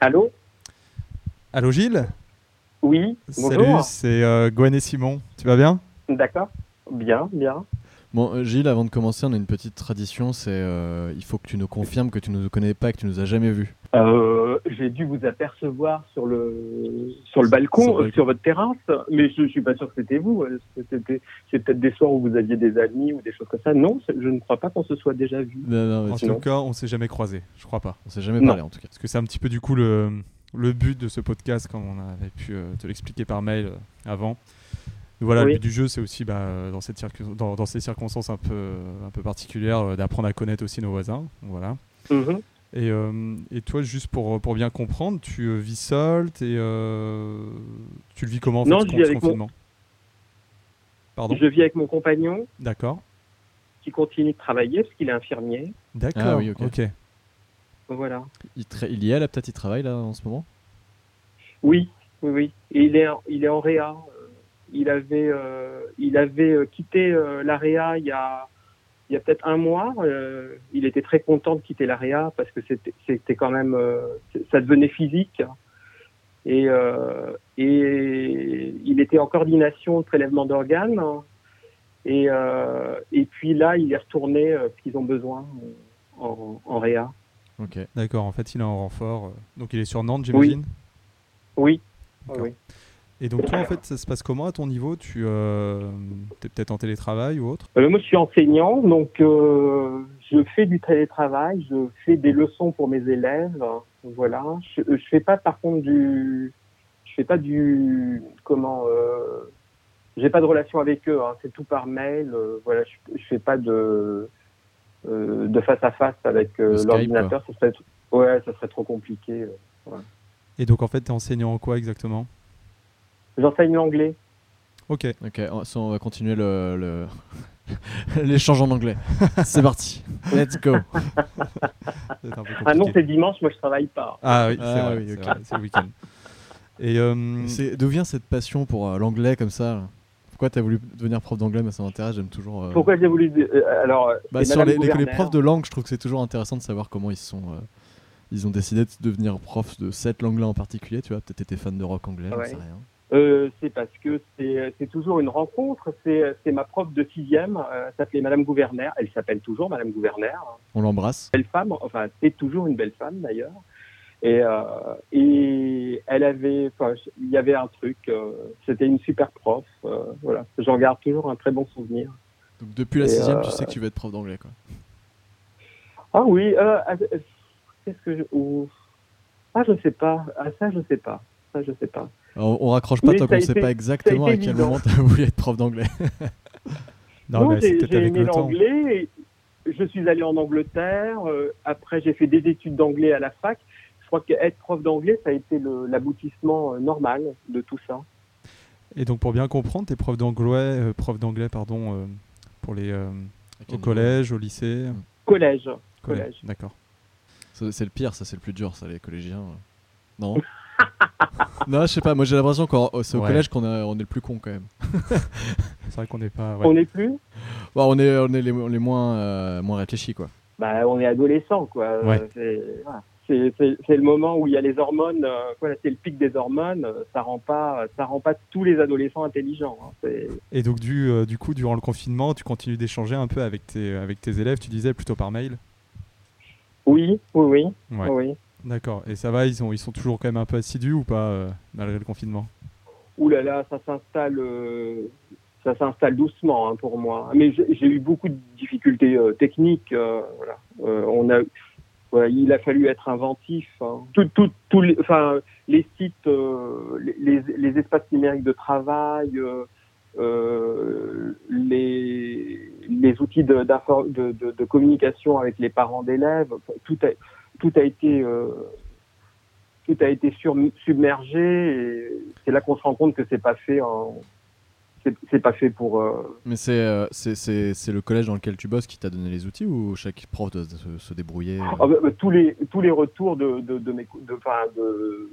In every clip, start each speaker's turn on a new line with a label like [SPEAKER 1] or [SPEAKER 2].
[SPEAKER 1] Allô
[SPEAKER 2] Allô Gilles
[SPEAKER 1] Oui,
[SPEAKER 2] Salut,
[SPEAKER 1] bonjour.
[SPEAKER 2] c'est euh, Gwen et Simon. Tu vas bien
[SPEAKER 1] D'accord. Bien, bien.
[SPEAKER 3] Bon, euh, Gilles, avant de commencer, on a une petite tradition, c'est euh, il faut que tu nous confirmes que tu ne nous connais pas et que tu nous as jamais vus.
[SPEAKER 1] Euh, J'ai dû vous apercevoir sur le sur le
[SPEAKER 3] Sur le
[SPEAKER 1] balcon,
[SPEAKER 3] balcon.
[SPEAKER 1] euh, sur votre terrasse, mais je, je suis pas sûr que c'était vous. euh, C'était c'est peut-être des soirs où vous aviez des amis ou des choses comme ça. Non, c'est- je ne crois pas qu'on se soit déjà vu.
[SPEAKER 3] Non, non, mais
[SPEAKER 2] En
[SPEAKER 3] tu-
[SPEAKER 2] tout cas, on s'est jamais croisés, je crois pas.
[SPEAKER 3] on s'est jamais
[SPEAKER 1] Non.
[SPEAKER 3] parlé en tout cas.
[SPEAKER 2] Parce que c'est un petit peu du coup le, le but de ce podcast, comme on avait pu euh, te l'expliquer par mail euh, avant. Donc voilà, le
[SPEAKER 1] Oui.
[SPEAKER 2] but du jeu, c'est aussi bah, euh, dans, cette circon- dans, dans ces circonstances un peu, un peu particulières, euh, d'apprendre à connaître aussi nos voisins. Voilà.
[SPEAKER 1] Mhm.
[SPEAKER 2] Et, euh, et toi, juste pour, pour bien comprendre, tu euh, vis seul, t'es, euh, tu le vis comment en
[SPEAKER 1] Non,
[SPEAKER 2] fait,
[SPEAKER 1] je
[SPEAKER 2] ce con-
[SPEAKER 1] vis
[SPEAKER 2] ce
[SPEAKER 1] avec mon-
[SPEAKER 2] confinement Pardon
[SPEAKER 1] Je Ah vis avec mon compagnon
[SPEAKER 2] D'accord.
[SPEAKER 1] qui continue de travailler parce qu'il est infirmier.
[SPEAKER 2] D'accord.
[SPEAKER 3] Ah oui, ok.
[SPEAKER 1] Voilà.
[SPEAKER 3] Il, tra- il y a la peut-être il travaille là en ce moment
[SPEAKER 1] Oui, oui, oui. Et il est, en- il est en réa. Euh, Il avait, euh, il avait euh, quitté euh, la réa il y a, il y a peut-être un mois. Euh, il était très content de quitter la réa parce que c'était, c'était quand même, euh, c'est- ça devenait physique. Et, euh, et il était en coordination de prélèvement d'organes. Et, euh, et puis là, il est retourné euh, parce qu'ils ont besoin euh, en, en réa.
[SPEAKER 3] Ok.
[SPEAKER 2] D'accord, en fait, il est en renfort. euh, Donc il est sur Nantes, j'imagine
[SPEAKER 1] Oui.
[SPEAKER 2] D'accord.
[SPEAKER 1] Oui.
[SPEAKER 2] Et donc toi, en fait, ça se passe comment à ton niveau Tu es peut-être en télétravail ou autre
[SPEAKER 1] Euh, moi, je suis enseignant, donc euh, je fais du télétravail, je fais des leçons pour mes élèves, hein, voilà. Je, euh, je fais pas, par contre, du, je fais pas du, comment, euh, j'ai pas de relation avec eux, hein, c'est tout par mail, euh, voilà. Je, je fais pas de, euh, de face à face avec euh,
[SPEAKER 3] De Skype,
[SPEAKER 1] l'ordinateur, ça serait, tr- ouais, ça serait trop compliqué.
[SPEAKER 2] Et donc en fait, tu es enseignant en quoi exactement
[SPEAKER 1] J'enseigne l'anglais.
[SPEAKER 2] Ok.
[SPEAKER 3] Ok, on, ça, on va continuer le, le- l'échange en anglais. C'est parti. Let's go.
[SPEAKER 2] C'est un peu
[SPEAKER 1] Ah non,
[SPEAKER 2] compliqué.
[SPEAKER 1] c'est dimanche, moi je travaille pas.
[SPEAKER 2] Ah oui, c'est
[SPEAKER 3] Ah
[SPEAKER 2] vrai,
[SPEAKER 3] oui,
[SPEAKER 2] c'est
[SPEAKER 3] ok.
[SPEAKER 2] vrai, c'est le week-end. Et euh,
[SPEAKER 3] C'est, d'où vient cette passion pour euh, l'anglais comme ça là Pourquoi t'as voulu devenir prof d'anglais Moi, ça m'intéresse. J'aime toujours. euh,
[SPEAKER 1] Pourquoi j'ai voulu, euh, alors, euh,
[SPEAKER 3] bah,
[SPEAKER 1] c'est
[SPEAKER 3] sur
[SPEAKER 1] Madame
[SPEAKER 3] les, les- les
[SPEAKER 1] Gouverneur.
[SPEAKER 3] profs de langue, je trouve que c'est toujours intéressant de savoir comment ils sont. euh, ils ont décidé de devenir prof de cette langue-là en particulier. Tu vois, peut-être étais fan de rock anglais. j'en
[SPEAKER 1] Ouais.
[SPEAKER 3] sais rien.
[SPEAKER 1] Euh, c'est parce que c'est c'est toujours une rencontre. C'est c'est ma prof de sixième, euh, elle s'appelait Madame Gouverneur. Elle s'appelle toujours Madame Gouverneur.
[SPEAKER 3] On l'embrasse.
[SPEAKER 1] Belle femme, enfin, c'est toujours une belle femme d'ailleurs. Et, euh, et elle avait, enfin, je- il y avait un truc. euh, C'était une super prof. euh, voilà, j'en garde toujours un très bon souvenir.
[SPEAKER 3] Donc depuis la
[SPEAKER 1] Et,
[SPEAKER 3] sixième,
[SPEAKER 1] euh,
[SPEAKER 3] tu sais que tu veux être prof d'anglais. Quoi.
[SPEAKER 1] Ah oui. Euh, ah, euh, Qu'est-ce que je, ou- ah je sais pas. Ah ça je sais pas. Ça je sais pas.
[SPEAKER 3] Alors, on, on raccroche pas
[SPEAKER 1] Mais
[SPEAKER 3] tant
[SPEAKER 1] ça
[SPEAKER 3] qu'on
[SPEAKER 1] a
[SPEAKER 3] sait
[SPEAKER 1] été-
[SPEAKER 3] pas exactement à quel
[SPEAKER 1] évident.
[SPEAKER 3] moment t'as voulu être prof d'anglais.
[SPEAKER 2] non, mais c'est
[SPEAKER 1] j'ai
[SPEAKER 2] peut-être
[SPEAKER 1] j'ai
[SPEAKER 2] avec
[SPEAKER 1] aimé
[SPEAKER 2] le temps.
[SPEAKER 1] l'anglais. et Je suis allé en Angleterre. euh, après, j'ai fait des études d'anglais à la fac. Je crois qu'être prof d'anglais, ça a été le- l'aboutissement euh, normal de tout ça.
[SPEAKER 2] Et donc pour bien comprendre, t'es prof d'anglais, euh, prof d'anglais pardon, euh, pour les euh, au collège, au lycée, euh,
[SPEAKER 1] Collège.
[SPEAKER 2] collège.
[SPEAKER 1] Collège.
[SPEAKER 2] D'accord.
[SPEAKER 3] Ça, C'est le pire, ça c'est le plus dur, ça les collégiens. euh. Non Non, je sais pas, moi j'ai l'impression que c'est au
[SPEAKER 2] Ouais.
[SPEAKER 3] collège qu'on est, on est le plus con quand même.
[SPEAKER 2] C'est vrai qu'on n'est pas. ouais.
[SPEAKER 1] On n'est plus
[SPEAKER 3] Bah, on est, on est les, les moins, euh, moins réfléchis quoi.
[SPEAKER 1] bah, On est adolescent, quoi. Euh,
[SPEAKER 2] Ouais.
[SPEAKER 1] c'est- voilà. C'est c'est- c'est le moment où il y a les hormones. euh, voilà, c'est le pic des hormones. euh, Ça rend pas, ça rend pas tous les adolescents intelligents. hein, c'est-
[SPEAKER 2] Et donc du, euh, du coup, durant le confinement, tu continues d'échanger un peu avec tes, avec tes élèves. Tu disais plutôt par mail.
[SPEAKER 1] Oui, oui, oui,
[SPEAKER 2] Ouais.
[SPEAKER 1] oui.
[SPEAKER 2] D'accord. Et ça va, ils sont, ils sont toujours quand même un peu assidus ou pas euh, malgré le confinement.
[SPEAKER 1] Ouh là là, ça s'installe, euh, ça s'installe doucement hein, pour moi. Mais j'ai j'ai eu beaucoup de difficultés euh, techniques. euh, voilà. Euh, on a, voilà, il a fallu être inventif. hein. Tout, tout, tout les, enfin, les sites, euh, les, les- les espaces numériques de travail, euh, euh, les, les outils de, d'infor- de, de- de communication avec les parents d'élèves, enfin, tout a, tout a été. euh, tout a été sur- submergé et c'est là qu'on se rend compte que c'est pas fait en c'est c'est pas fait pour euh,
[SPEAKER 3] Mais c'est, euh, c'est, c'est, c'est le collège dans lequel tu bosses qui t'a donné les outils ou chaque prof doit se, se débrouiller euh
[SPEAKER 1] Ah bah, bah, tous les tous les retours de de, de mes co- de, enfin, de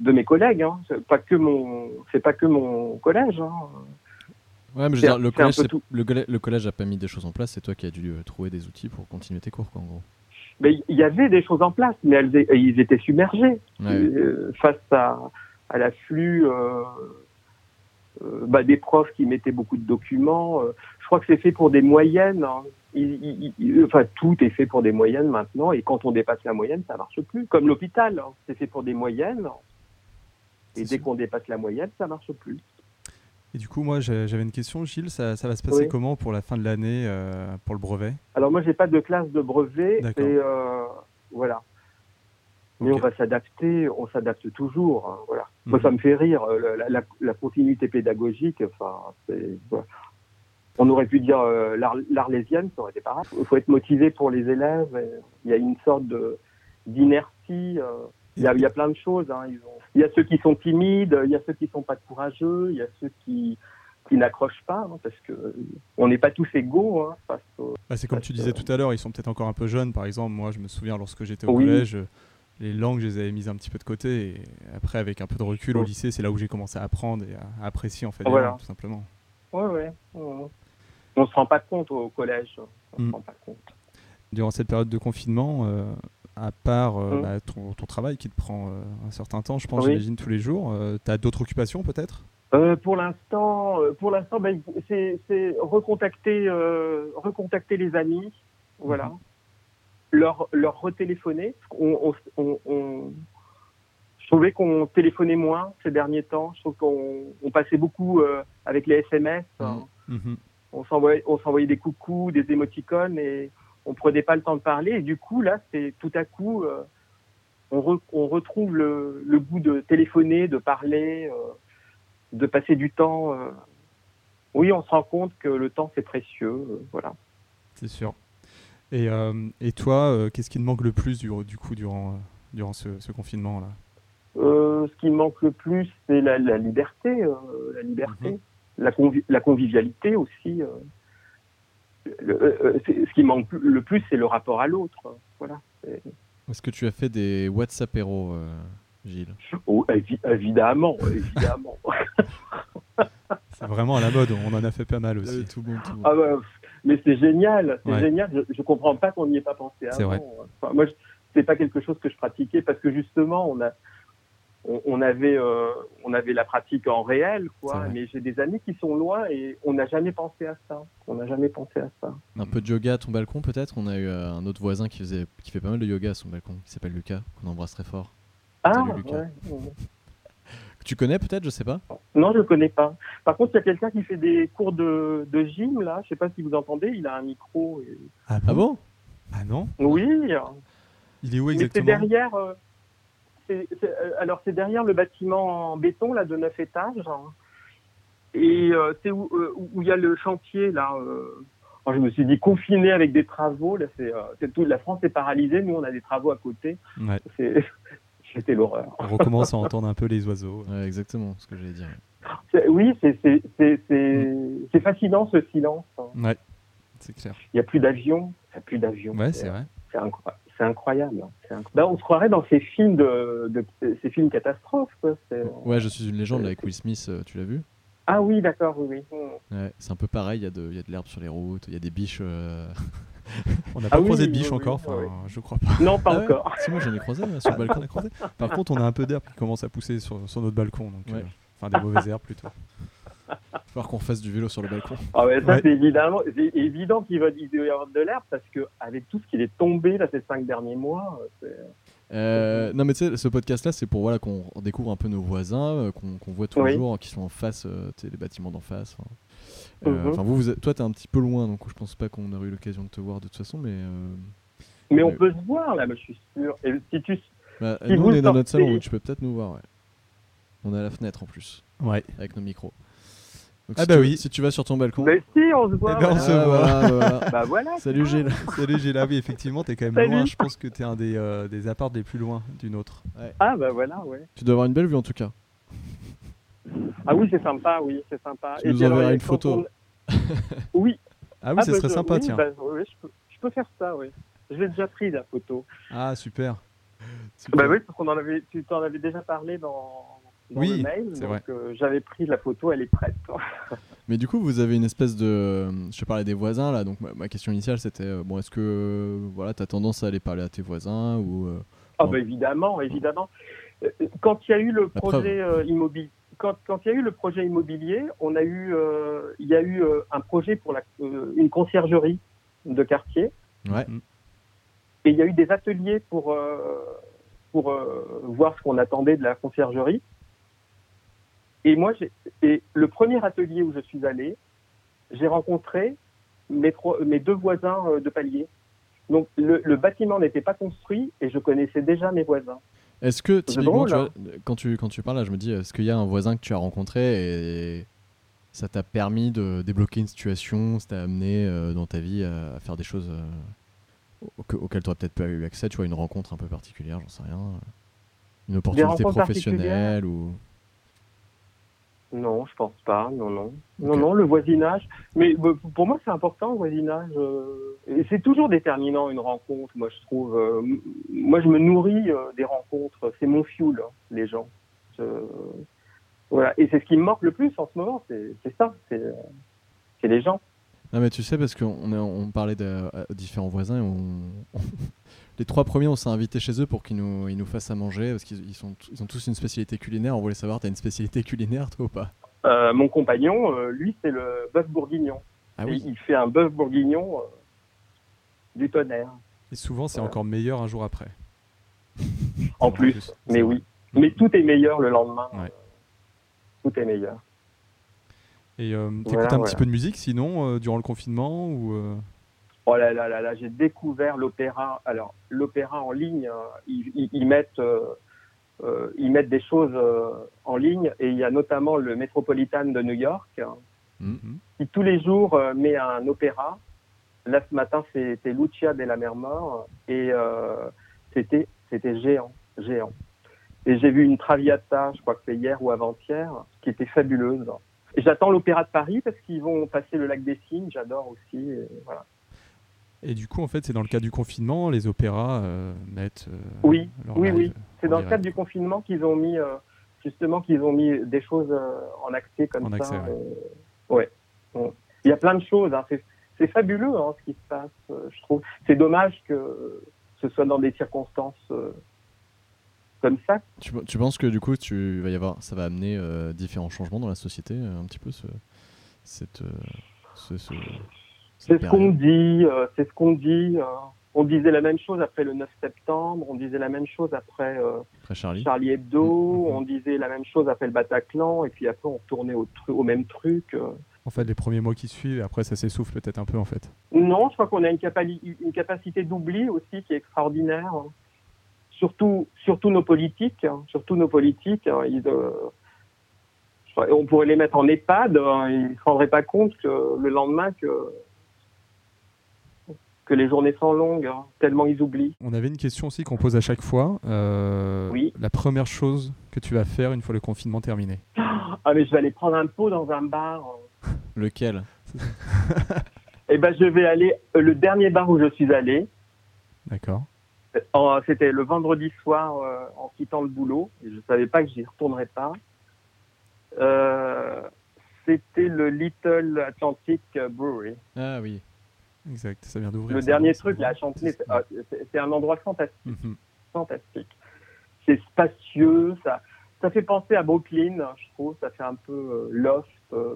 [SPEAKER 1] de mes collègues hein. c'est pas que mon c'est pas que mon collège hein.
[SPEAKER 3] Ouais, mais je veux
[SPEAKER 1] c'est
[SPEAKER 3] dire,
[SPEAKER 1] un-
[SPEAKER 3] le
[SPEAKER 1] c'est un
[SPEAKER 3] collège,
[SPEAKER 1] peu
[SPEAKER 3] c'est-
[SPEAKER 1] tout.
[SPEAKER 3] le, collè- le collège a pas mis des choses en place, c'est toi qui as dû euh, trouver des outils pour continuer tes cours quoi en gros.
[SPEAKER 1] mais il y avait des choses en place, mais elles, é- ils étaient submergés
[SPEAKER 3] Ouais, ouais.
[SPEAKER 1] euh, face à, à l'afflux euh, euh, bah, des profs qui mettaient beaucoup de documents. euh. je crois que c'est fait pour des moyennes. hein. Il- il- il- enfin, tout est fait pour des moyennes maintenant, et quand on dépasse la moyenne, ça marche plus. Comme l'hôpital, hein. c'est fait pour des moyennes,
[SPEAKER 3] C'est
[SPEAKER 1] et dès
[SPEAKER 3] sûr.
[SPEAKER 1] qu'on dépasse la moyenne, ça marche plus.
[SPEAKER 2] Et du coup, moi, j'ai- j'avais une question, Gilles. Ça, ça va se passer
[SPEAKER 1] Oui. comment
[SPEAKER 2] pour la fin de l'année euh, pour le brevet
[SPEAKER 1] Alors moi, j'ai pas de classe de brevet, et
[SPEAKER 2] D'accord.
[SPEAKER 1] euh, voilà. Mais
[SPEAKER 2] Ok.
[SPEAKER 1] on va s'adapter, on s'adapte toujours. hein, voilà. Moi,
[SPEAKER 2] Mhm.
[SPEAKER 1] ça me fait rire, euh, la, la- la continuité pédagogique. Enfin, c'est- voilà. On aurait pu dire euh, l'Ar- l'Arlésienne, ça aurait été pareil. Il faut être motivé pour les élèves. et Il y a une sorte de- d'inertie. euh, Il y, a, il y a plein de choses. hein, ils ont- Il y a ceux qui sont timides, il y a ceux qui sont pas courageux, il y a ceux qui, qui n'accrochent pas, hein, parce que euh, on n'est pas tous égaux. hein, face au-
[SPEAKER 2] Bah, c'est comme
[SPEAKER 1] Parce
[SPEAKER 2] tu
[SPEAKER 1] que-
[SPEAKER 2] disais tout à l'heure, ils sont peut-être encore un peu jeunes. Par exemple, moi, je me souviens lorsque j'étais au
[SPEAKER 1] Oui.
[SPEAKER 2] collège, euh, les langues, je les avais mises un petit peu de côté. Et après, avec un peu de recul au
[SPEAKER 1] Oui.
[SPEAKER 2] lycée, c'est là où j'ai commencé à apprendre et à, à apprécier en fait les
[SPEAKER 1] Voilà.
[SPEAKER 2] langues, tout simplement.
[SPEAKER 1] Ouais, ouais, ouais, ouais. On se rend pas compte au collège. hein. On
[SPEAKER 2] Mhm.
[SPEAKER 1] se rend pas compte.
[SPEAKER 2] Durant cette période de confinement, euh, à part euh,
[SPEAKER 1] Mm.
[SPEAKER 2] bah, ton, ton travail qui te prend euh, un certain temps, je pense,
[SPEAKER 1] Oui.
[SPEAKER 2] j'imagine, tous les jours, tu as d'autres occupations peut-être
[SPEAKER 1] Euh, pour l'instant, euh, pour l'instant, ben, c'est c'est recontacter, euh, recontacter les amis, voilà, leur leur retéléphoner. On, on, on, on- Je trouvais qu'on téléphonait moins ces derniers temps. Je trouve qu'on on passait beaucoup euh, avec les SMS. hein.
[SPEAKER 2] Mhm.
[SPEAKER 1] On s'envoyait on s'envoyait des coucous, des émoticônes et on prenait pas le temps de parler. Et du coup, là, c'est tout à coup, euh, on, re- on retrouve le, le goût de téléphoner, de parler, euh, de passer du temps. euh. Oui, on se rend compte que le temps, c'est précieux. euh, voilà.
[SPEAKER 2] C'est sûr. Et, euh, et toi, euh, qu'est-ce qui te manque le plus du, du coup durant, euh, durant ce, ce confinement-là
[SPEAKER 1] Euh, ce qui me manque le plus, c'est la, la liberté, euh, la liberté,
[SPEAKER 2] Mhm.
[SPEAKER 1] la, convi- la convivialité aussi. euh. Le- euh, c'est- ce qui me manque le plus, c'est le rapport à l'autre. euh, Voilà. C'est-
[SPEAKER 3] Est-ce que tu as fait des WhatsApp euh, Gilles
[SPEAKER 1] Oh, évi- évidemment, évidemment.
[SPEAKER 2] C'est vraiment à la mode, on en a fait pas mal aussi.
[SPEAKER 3] tout bon, tout
[SPEAKER 1] Ah ouais, mais c'est génial, c'est
[SPEAKER 2] Ouais.
[SPEAKER 1] génial. Je, je comprends pas qu'on n'y ait pas pensé avant. hein.
[SPEAKER 2] C'est vrai.
[SPEAKER 1] Enfin, moi, je- c'est pas quelque chose que je pratiquais parce que justement, on a, on, on avait, euh, on avait la pratique en réel,
[SPEAKER 2] C'est
[SPEAKER 1] quoi.
[SPEAKER 2] vrai.
[SPEAKER 1] Mais j'ai des amis qui sont loin et on n'a jamais pensé à ça. On n'a jamais pensé à ça.
[SPEAKER 3] Un peu de yoga à ton balcon peut-être On a eu euh, un autre voisin qui, faisait, qui fait pas mal de yoga à son balcon, qui s'appelle Lucas, qu'on embrasse très fort.
[SPEAKER 1] Ah,
[SPEAKER 3] Lucas.
[SPEAKER 1] ouais, ouais.
[SPEAKER 3] Tu connais peut-être, je sais pas
[SPEAKER 1] non, je le connais pas. Par contre, il y a quelqu'un qui fait des cours de, de gym là. Je sais pas si vous entendez. Il a un micro. et-
[SPEAKER 3] Ah bon
[SPEAKER 2] Ah non
[SPEAKER 1] Oui. hein.
[SPEAKER 2] Il est où
[SPEAKER 1] Mais c'est
[SPEAKER 2] exactement
[SPEAKER 1] derrière. euh, c'est- c'est- euh, alors c'est derrière le bâtiment en béton là de 9 étages. hein. Et euh, c'est où euh, où où il y a le chantier là. euh. Alors, je me suis dit confiné avec des travaux. Là, c'est, euh, c'est tout. La France est paralysée. Nous, on a des travaux à côté.
[SPEAKER 2] Ouais,
[SPEAKER 1] C'est, c'était l'horreur.
[SPEAKER 2] On recommence à entendre un peu les oiseaux.
[SPEAKER 3] Ouais, exactement ce que j'allais dire.
[SPEAKER 1] C'est- oui, c'est, c'est, c'est, c'est,
[SPEAKER 2] Mm.
[SPEAKER 1] c'est fascinant ce silence. hein.
[SPEAKER 2] Ouais, c'est clair.
[SPEAKER 1] Il n'y a plus d'avion. Il n'y a plus d'avion.
[SPEAKER 2] Ouais, c'est vrai.
[SPEAKER 1] C'est incroyable. C'est incroyable. hein. C'est incroyable. Ben, on se croirait dans ces films de, de ces films catastrophes. quoi. C'est-
[SPEAKER 3] Ouais, je suis une légende là, avec Will Smith, euh, tu l'as vu
[SPEAKER 1] Ah oui, d'accord, oui, oui.
[SPEAKER 3] Ouais, c'est un peu pareil, il y a de, il y a de l'herbe sur les routes, il y a des biches. euh,
[SPEAKER 2] On n'a
[SPEAKER 1] Ah
[SPEAKER 2] pas
[SPEAKER 1] oui,
[SPEAKER 2] croisé de
[SPEAKER 1] oui,
[SPEAKER 2] biche
[SPEAKER 1] oui,
[SPEAKER 2] encore,
[SPEAKER 1] oui,
[SPEAKER 2] enfin,
[SPEAKER 1] oui.
[SPEAKER 2] je crois pas.
[SPEAKER 1] Non, pas
[SPEAKER 3] Ah ouais
[SPEAKER 1] encore.
[SPEAKER 3] si, moi j'en ai croisé euh, sur le balcon.
[SPEAKER 2] On a croisé. Par contre, on a un peu d'herbe qui commence à pousser sur, sur notre balcon, donc,
[SPEAKER 3] Ouais.
[SPEAKER 2] euh, enfin des mauvaises herbes plutôt.
[SPEAKER 3] Il va falloir qu'on fasse du vélo sur le balcon.
[SPEAKER 1] Ah ouais, ça,
[SPEAKER 2] Ouais.
[SPEAKER 1] c'est évidemment, c'est évident qu'il va il doit y avoir de l'air parce que avec tout ce qu'il est tombé là ces cinq derniers mois, euh, c'est-
[SPEAKER 3] Euh, non, mais tu sais, ce podcast-là, c'est pour voilà, qu'on découvre un peu nos voisins, euh, qu'on qu'on voit tous
[SPEAKER 1] Oui.
[SPEAKER 3] les jours, qui sont en face, euh, tu sais, les bâtiments d'en face. Enfin, Euh,
[SPEAKER 1] Mhm.
[SPEAKER 3] enfin, vous, vous êtes- toi, t'es un petit peu loin, donc je pense pas qu'on aurait eu l'occasion de te voir de toute façon, mais. euh,
[SPEAKER 1] mais on
[SPEAKER 3] Ouais.
[SPEAKER 1] peut se voir là, moi, je suis sûr. Et si tu,
[SPEAKER 3] bah,
[SPEAKER 1] Si
[SPEAKER 3] nous,
[SPEAKER 1] vous
[SPEAKER 3] on est dans notre
[SPEAKER 1] sortez-
[SPEAKER 3] salon, donc tu peux peut-être nous voir, ouais. On est à la fenêtre en plus,
[SPEAKER 2] Ouais.
[SPEAKER 3] avec nos micros. Donc,
[SPEAKER 2] Ah
[SPEAKER 3] si
[SPEAKER 2] bah
[SPEAKER 3] tu-
[SPEAKER 2] oui.
[SPEAKER 3] Si tu vas sur ton balcon.
[SPEAKER 1] mais si on se voit,
[SPEAKER 2] ben, on
[SPEAKER 1] voilà.
[SPEAKER 2] se voit.
[SPEAKER 3] voilà, voilà.
[SPEAKER 1] bah voilà.
[SPEAKER 3] Salut
[SPEAKER 1] tu vois.
[SPEAKER 3] Gilles.
[SPEAKER 2] Salut Gilles, ah oui, effectivement, t'es quand même
[SPEAKER 1] Salut.
[SPEAKER 2] loin. Je pense que t'es un des, euh, des apparts les plus loin d'une autre.
[SPEAKER 1] Ah bah voilà, ouais.
[SPEAKER 3] Tu dois avoir une belle vue en tout cas.
[SPEAKER 1] Ah oui, c'est sympa, oui, c'est sympa.
[SPEAKER 3] Tu nous
[SPEAKER 1] puis, alors, il y
[SPEAKER 3] enverras
[SPEAKER 1] a
[SPEAKER 3] une
[SPEAKER 1] quand
[SPEAKER 3] photo.
[SPEAKER 1] on- oui.
[SPEAKER 2] Ah oui,
[SPEAKER 1] ah,
[SPEAKER 2] ça
[SPEAKER 1] bah,
[SPEAKER 2] serait
[SPEAKER 1] je-
[SPEAKER 2] sympa,
[SPEAKER 1] oui,
[SPEAKER 2] tiens.
[SPEAKER 1] bah, oui, je peux, je peux faire ça, oui. Je l'ai déjà pris la photo.
[SPEAKER 2] Ah super.
[SPEAKER 1] Bah oui, parce qu'on en avait, tu t'en avais déjà parlé dans, dans
[SPEAKER 2] Oui,
[SPEAKER 1] le mail.
[SPEAKER 2] c'est
[SPEAKER 1] donc,
[SPEAKER 2] vrai.
[SPEAKER 1] euh, j'avais pris la photo, elle est prête.
[SPEAKER 3] Mais du coup, vous avez une espèce de. euh, Je parlais des voisins là, donc ma, ma question initiale c'était euh, bon, est-ce que euh, voilà, tu as tendance à aller parler à tes voisins ou euh,
[SPEAKER 1] Ah
[SPEAKER 3] Ouais.
[SPEAKER 1] bah évidemment, évidemment. Euh, Quand il y a eu le
[SPEAKER 3] La
[SPEAKER 1] projet immobilier, quand, quand il y a eu le projet immobilier, on a eu, euh, il y a eu euh, un projet pour la, euh, une conciergerie de quartier.
[SPEAKER 3] Ouais.
[SPEAKER 1] Et il y a eu des ateliers pour euh, pour euh, voir ce qu'on attendait de la conciergerie. Et moi, j'ai- et le premier atelier où je suis allé, j'ai rencontré mes trois, mes deux voisins euh, de palier. Donc le, le bâtiment n'était pas construit et je connaissais déjà mes voisins.
[SPEAKER 3] Est-ce que
[SPEAKER 1] C'est
[SPEAKER 3] typiquement,
[SPEAKER 1] drôle, hein.
[SPEAKER 3] tu vois, quand, tu, quand tu parles là, je me dis, est-ce qu'il y a un voisin que tu as rencontré et ça t'a permis de débloquer une situation, ça t'a amené euh, dans ta vie à, à faire des choses euh, auque- auxquelles tu n'aurais peut-être pas eu accès, tu vois, une rencontre un peu particulière, j'en sais rien, euh, une opportunité
[SPEAKER 1] rencontres
[SPEAKER 3] professionnelle ou...
[SPEAKER 1] Non, je pense pas. Non, non. Non,
[SPEAKER 3] Ok.
[SPEAKER 1] non, le voisinage. Mais euh, pour moi, c'est important, le voisinage. euh, et c'est toujours déterminant, une rencontre, moi, je trouve. euh, m- moi, je me nourris euh, des rencontres. C'est mon fuel, hein, les gens. Je- Voilà. Et c'est ce qui me manque le plus en ce moment. C'est c'est ça. C'est euh, c'est les gens.
[SPEAKER 3] Non mais tu sais parce qu'on est- on parlait de à différents voisins et on- les trois premiers on s'est invités chez eux pour qu'ils nous, ils nous fassent à manger parce qu'ils ils sont t- ils ont tous une spécialité culinaire on voulait savoir t'as une spécialité culinaire toi ou pas
[SPEAKER 1] Euh, mon compagnon, euh, lui, c'est le bœuf bourguignon.
[SPEAKER 3] ah
[SPEAKER 1] Et il fait un bœuf bourguignon euh, du tonnerre.
[SPEAKER 2] Et souvent, c'est
[SPEAKER 1] Voilà.
[SPEAKER 2] encore meilleur un jour après.
[SPEAKER 1] En plus. Mais
[SPEAKER 2] Ah, c'est
[SPEAKER 1] oui.
[SPEAKER 2] vrai.
[SPEAKER 1] Mais tout est meilleur le lendemain.
[SPEAKER 2] Ouais.
[SPEAKER 1] Tout est meilleur.
[SPEAKER 2] Et euh, t'écoutes
[SPEAKER 1] Voilà,
[SPEAKER 2] un
[SPEAKER 1] voilà.
[SPEAKER 2] petit peu de musique sinon euh, durant le confinement ou euh,
[SPEAKER 1] Oh là là là là, j'ai découvert l'opéra. Alors, l'opéra en ligne, hein, ils, ils- ils mettent, euh, euh, ils mettent des choses euh, en ligne et il y a notamment le Metropolitan de New York hein,
[SPEAKER 2] mhm.
[SPEAKER 1] qui tous les jours euh, met un opéra. Là, ce matin, c'était Lucia de la Mer Mort et euh, c'était c'était géant, géant. Et j'ai vu une Traviata, je crois que c'est hier ou avant-hier, qui était fabuleuse. Et J'attends l'opéra de Paris parce qu'ils vont passer le lac des Cygnes, j'adore aussi. et voilà.
[SPEAKER 2] Et du coup, en fait, c'est dans le cadre du confinement, les opéras euh, mettent. euh,
[SPEAKER 1] Oui,
[SPEAKER 2] leur
[SPEAKER 1] oui,
[SPEAKER 2] live.
[SPEAKER 1] oui. C'est
[SPEAKER 2] en
[SPEAKER 1] dans le
[SPEAKER 2] direct.
[SPEAKER 1] cadre du confinement qu'ils ont mis, euh, justement, qu'ils ont mis des choses euh, en accès comme
[SPEAKER 2] En
[SPEAKER 1] ça.
[SPEAKER 2] accès,
[SPEAKER 1] euh, ouais. Mm. Il y a plein de choses. hein. C'est, c'est fabuleux hein, ce qui se passe, euh, je trouve. C'est dommage que ce soit dans des circonstances euh, comme ça.
[SPEAKER 3] tu, tu penses que du coup tu va y avoir ça va amener euh, différents changements dans la société euh, un petit peu ce cette euh, ce- ce-
[SPEAKER 1] C'est
[SPEAKER 3] cette
[SPEAKER 1] ce qu'on
[SPEAKER 3] période
[SPEAKER 1] dit, euh, c'est ce qu'on dit. euh. on disait la même chose après le 9 septembre, on disait la même chose après euh,
[SPEAKER 3] après Charlie
[SPEAKER 1] Charlie Hebdo,
[SPEAKER 2] Mm,
[SPEAKER 3] Mhm.
[SPEAKER 1] on disait la même chose après le Bataclan, et puis après on retournait au, tru- au même truc. euh.
[SPEAKER 2] En fait, les premiers mois qui suivent, et après, ça s'essouffle peut-être un peu, en fait.
[SPEAKER 1] Non, je crois qu'on a une, capali- une capacité d'oubli aussi qui est extraordinaire. Surtout, surtout nos politiques, hein. surtout nos politiques. hein. Ils, euh, je crois- on pourrait les mettre en EHPAD, hein. ils ne se rendraient pas compte que le lendemain que que les journées sont longues, hein, tellement ils oublient.
[SPEAKER 2] On avait une question aussi qu'on pose à chaque fois. euh,
[SPEAKER 1] Oui.
[SPEAKER 2] La première chose que tu vas faire une fois le confinement terminé.
[SPEAKER 1] Ah mais je vais aller prendre un pot dans un bar. hein.
[SPEAKER 3] lequel
[SPEAKER 1] Eh ben je vais aller euh, le dernier bar où je suis allé.
[SPEAKER 2] D'accord.
[SPEAKER 1] En- Oh, C'était le vendredi soir euh, en quittant le boulot. Et je savais pas que j'y retournerais pas. Euh, C'était le Little Atlantic Brewery.
[SPEAKER 3] ah oui
[SPEAKER 2] Exact. Ça vient d'ouvrir.
[SPEAKER 1] Le
[SPEAKER 2] ça,
[SPEAKER 1] dernier
[SPEAKER 2] c'est
[SPEAKER 1] truc,
[SPEAKER 2] bon.
[SPEAKER 1] là, à Chantenay, c'est-
[SPEAKER 2] ça.
[SPEAKER 1] ah, c'est c'est un endroit fantastique.
[SPEAKER 2] Mhm.
[SPEAKER 1] fantastique. C'est spacieux, ça, ça fait penser à Brooklyn, je trouve. Ça fait un peu euh, loft. euh,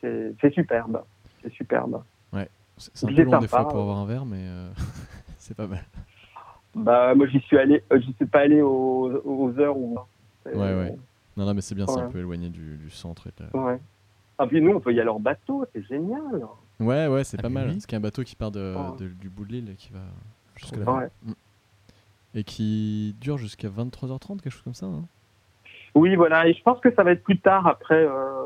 [SPEAKER 1] c'est c'est superbe. C'est superbe.
[SPEAKER 3] c'est c'est un
[SPEAKER 1] Il
[SPEAKER 3] peu
[SPEAKER 1] est
[SPEAKER 3] long des
[SPEAKER 1] sympa,
[SPEAKER 3] fois pour
[SPEAKER 1] ouais.
[SPEAKER 3] avoir un verre mais euh, c'est pas mal
[SPEAKER 1] Bah, moi, j'y suis allé. euh, j'y suis pas allé aux, aux heures où. hein.
[SPEAKER 3] Ouais, ouais. non non mais c'est bien c'est un
[SPEAKER 1] Euh, Ouais.
[SPEAKER 3] peu éloigné du, du centre et de la-
[SPEAKER 1] Ouais. Ah, puis nous, on peut y aller en bateau, c'est génial.
[SPEAKER 3] Ouais, ouais, c'est
[SPEAKER 2] Ah,
[SPEAKER 3] pas
[SPEAKER 2] mais
[SPEAKER 3] mal.
[SPEAKER 2] oui.
[SPEAKER 3] Parce qu'il y a un bateau qui part de,
[SPEAKER 1] Oh.
[SPEAKER 3] de- du bout de l'île et qui va jusque
[SPEAKER 2] là.
[SPEAKER 3] là.
[SPEAKER 1] Ouais.
[SPEAKER 3] Et qui dure jusqu'à 23h30, quelque chose comme ça. hein.
[SPEAKER 1] Oui, voilà, et je pense que ça va être plus tard, après, euh,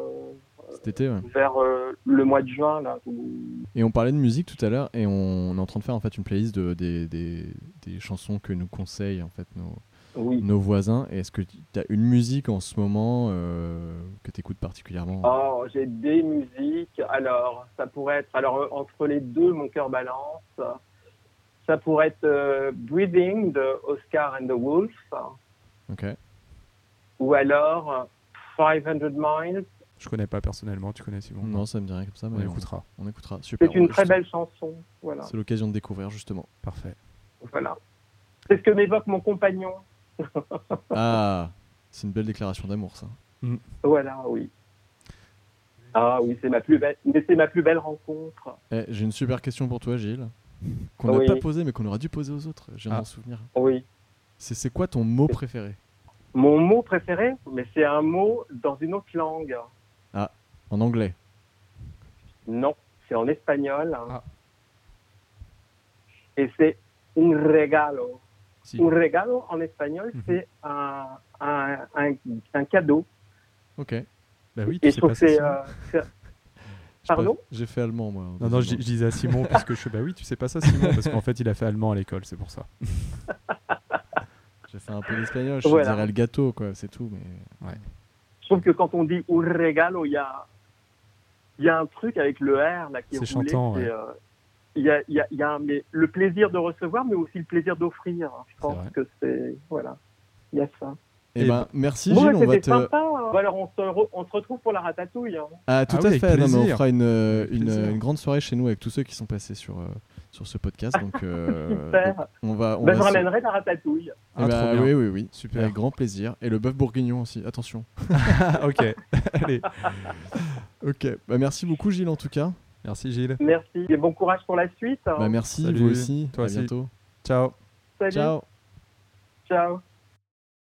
[SPEAKER 3] Cet été, ouais.
[SPEAKER 1] vers euh, le mois de juin, là. où-
[SPEAKER 3] Et on parlait de musique tout à l'heure et on, est en train de faire en fait une playlist de, des, des, des chansons que nous conseillent en fait nos,
[SPEAKER 1] Oui.
[SPEAKER 3] nos voisins. Et est-ce que tu as une musique en ce moment euh, que tu écoutes particulièrement
[SPEAKER 1] Oh, j'ai des musiques. Alors, ça pourrait être. Alors, euh, entre les deux, mon cœur balance. Ça pourrait être euh, Breathing de Oscar and the Wolf,
[SPEAKER 3] Ok.
[SPEAKER 1] ou alors euh, 500 Miles
[SPEAKER 2] Je connais pas personnellement, tu connais Simon
[SPEAKER 3] Non, ça me dirait comme ça,
[SPEAKER 2] On
[SPEAKER 3] mais on,
[SPEAKER 2] écoutera.
[SPEAKER 3] on écoutera. Super.
[SPEAKER 1] C'est une
[SPEAKER 3] on-
[SPEAKER 1] très
[SPEAKER 3] juste-
[SPEAKER 1] belle chanson. Voilà.
[SPEAKER 3] Ah, C'est l'occasion de découvrir justement.
[SPEAKER 2] Parfait.
[SPEAKER 1] voilà. C'est ce que m'évoque mon compagnon.
[SPEAKER 3] Ah, c'est une belle déclaration d'amour ça.
[SPEAKER 1] Voilà, oui. Ah oui, c'est ma plus belle, mais c'est ma plus belle rencontre.
[SPEAKER 3] Eh, J'ai une super question pour toi, Gilles, qu'on n'a
[SPEAKER 1] Ah Oui.
[SPEAKER 3] pas posée mais qu'on aurait dû poser aux autres. J'ai
[SPEAKER 2] Ah.
[SPEAKER 3] un souvenir.
[SPEAKER 1] Oui.
[SPEAKER 3] C'est c'est quoi ton mot préféré
[SPEAKER 1] Mon mot préféré, mais c'est un mot dans une autre langue.
[SPEAKER 3] en anglais
[SPEAKER 1] Non, c'est en espagnol.
[SPEAKER 2] Ah.
[SPEAKER 1] Et c'est un regalo.
[SPEAKER 3] Si.
[SPEAKER 1] Un regalo en espagnol,
[SPEAKER 2] Mhm.
[SPEAKER 1] c'est un, un, un, un cadeau.
[SPEAKER 3] Ok.
[SPEAKER 2] Bah oui, tu
[SPEAKER 1] Et
[SPEAKER 2] sais
[SPEAKER 1] je
[SPEAKER 2] pas
[SPEAKER 1] trouve que
[SPEAKER 2] ça.
[SPEAKER 1] c'est.
[SPEAKER 2] Simon.
[SPEAKER 1] euh, c'est-
[SPEAKER 3] J'ai pas-
[SPEAKER 1] Pardon
[SPEAKER 3] J'ai fait allemand moi.
[SPEAKER 2] Non, non, je, dis- je disais à Simon parce que je. Bah oui, tu sais pas ça, Simon, parce qu'en fait, il a fait allemand à l'école, c'est pour ça.
[SPEAKER 3] J'ai fait un peu d'espagnol. Je
[SPEAKER 1] Voilà.
[SPEAKER 3] dirais le gâteau quoi, c'est tout. Mais
[SPEAKER 1] Je trouve que quand on dit un regalo, il y a, il y a un truc avec le R là, qui est,
[SPEAKER 2] C'est
[SPEAKER 1] roulé,
[SPEAKER 2] chantant,
[SPEAKER 1] c'est,
[SPEAKER 2] ouais.
[SPEAKER 1] euh, Il y a, il y a- il y a un- mais le plaisir de recevoir, mais aussi le plaisir d'offrir. hein. Je
[SPEAKER 2] vrai.
[SPEAKER 1] pense que c'est. Voilà. Il y a ça.
[SPEAKER 3] Eh
[SPEAKER 2] Et-
[SPEAKER 3] ben, merci
[SPEAKER 1] Bon,
[SPEAKER 3] Gilles,
[SPEAKER 1] bah,
[SPEAKER 3] on va
[SPEAKER 1] c'était
[SPEAKER 3] te.
[SPEAKER 1] sympa. hein. Bon, alors, on se, re- on se retrouve pour la ratatouille. hein.
[SPEAKER 3] Ah, tout
[SPEAKER 2] Ah oui,
[SPEAKER 3] à
[SPEAKER 2] avec
[SPEAKER 3] fait. Non, mais on
[SPEAKER 2] plaisir.
[SPEAKER 3] fera une, euh,
[SPEAKER 2] Avec
[SPEAKER 3] une,
[SPEAKER 2] plaisir.
[SPEAKER 3] une grande soirée chez nous avec tous ceux qui sont passés sur, euh, sur ce podcast. Donc, euh,
[SPEAKER 1] Super.
[SPEAKER 3] donc on va. On
[SPEAKER 1] Ben,
[SPEAKER 3] va
[SPEAKER 1] je
[SPEAKER 3] se-
[SPEAKER 1] ramènerai la ratatouille.
[SPEAKER 3] Eh
[SPEAKER 2] Ah,
[SPEAKER 3] ben,
[SPEAKER 2] trop bien.
[SPEAKER 3] oui, oui, oui.
[SPEAKER 2] Super.
[SPEAKER 3] Avec grand plaisir. Et le bœuf bourguignon aussi. Attention.
[SPEAKER 2] Ah, ok. Allez.
[SPEAKER 3] Ok. Bah, merci beaucoup, Gilles, en tout cas.
[SPEAKER 2] Merci, Gilles.
[SPEAKER 1] Merci et bon courage pour la suite. hein.
[SPEAKER 3] Bah, merci,
[SPEAKER 2] Salut.
[SPEAKER 3] vous aussi.
[SPEAKER 2] Toi
[SPEAKER 3] à
[SPEAKER 2] aussi.
[SPEAKER 3] bientôt.
[SPEAKER 2] Ciao.
[SPEAKER 1] Salut.
[SPEAKER 3] Ciao.
[SPEAKER 1] Ciao.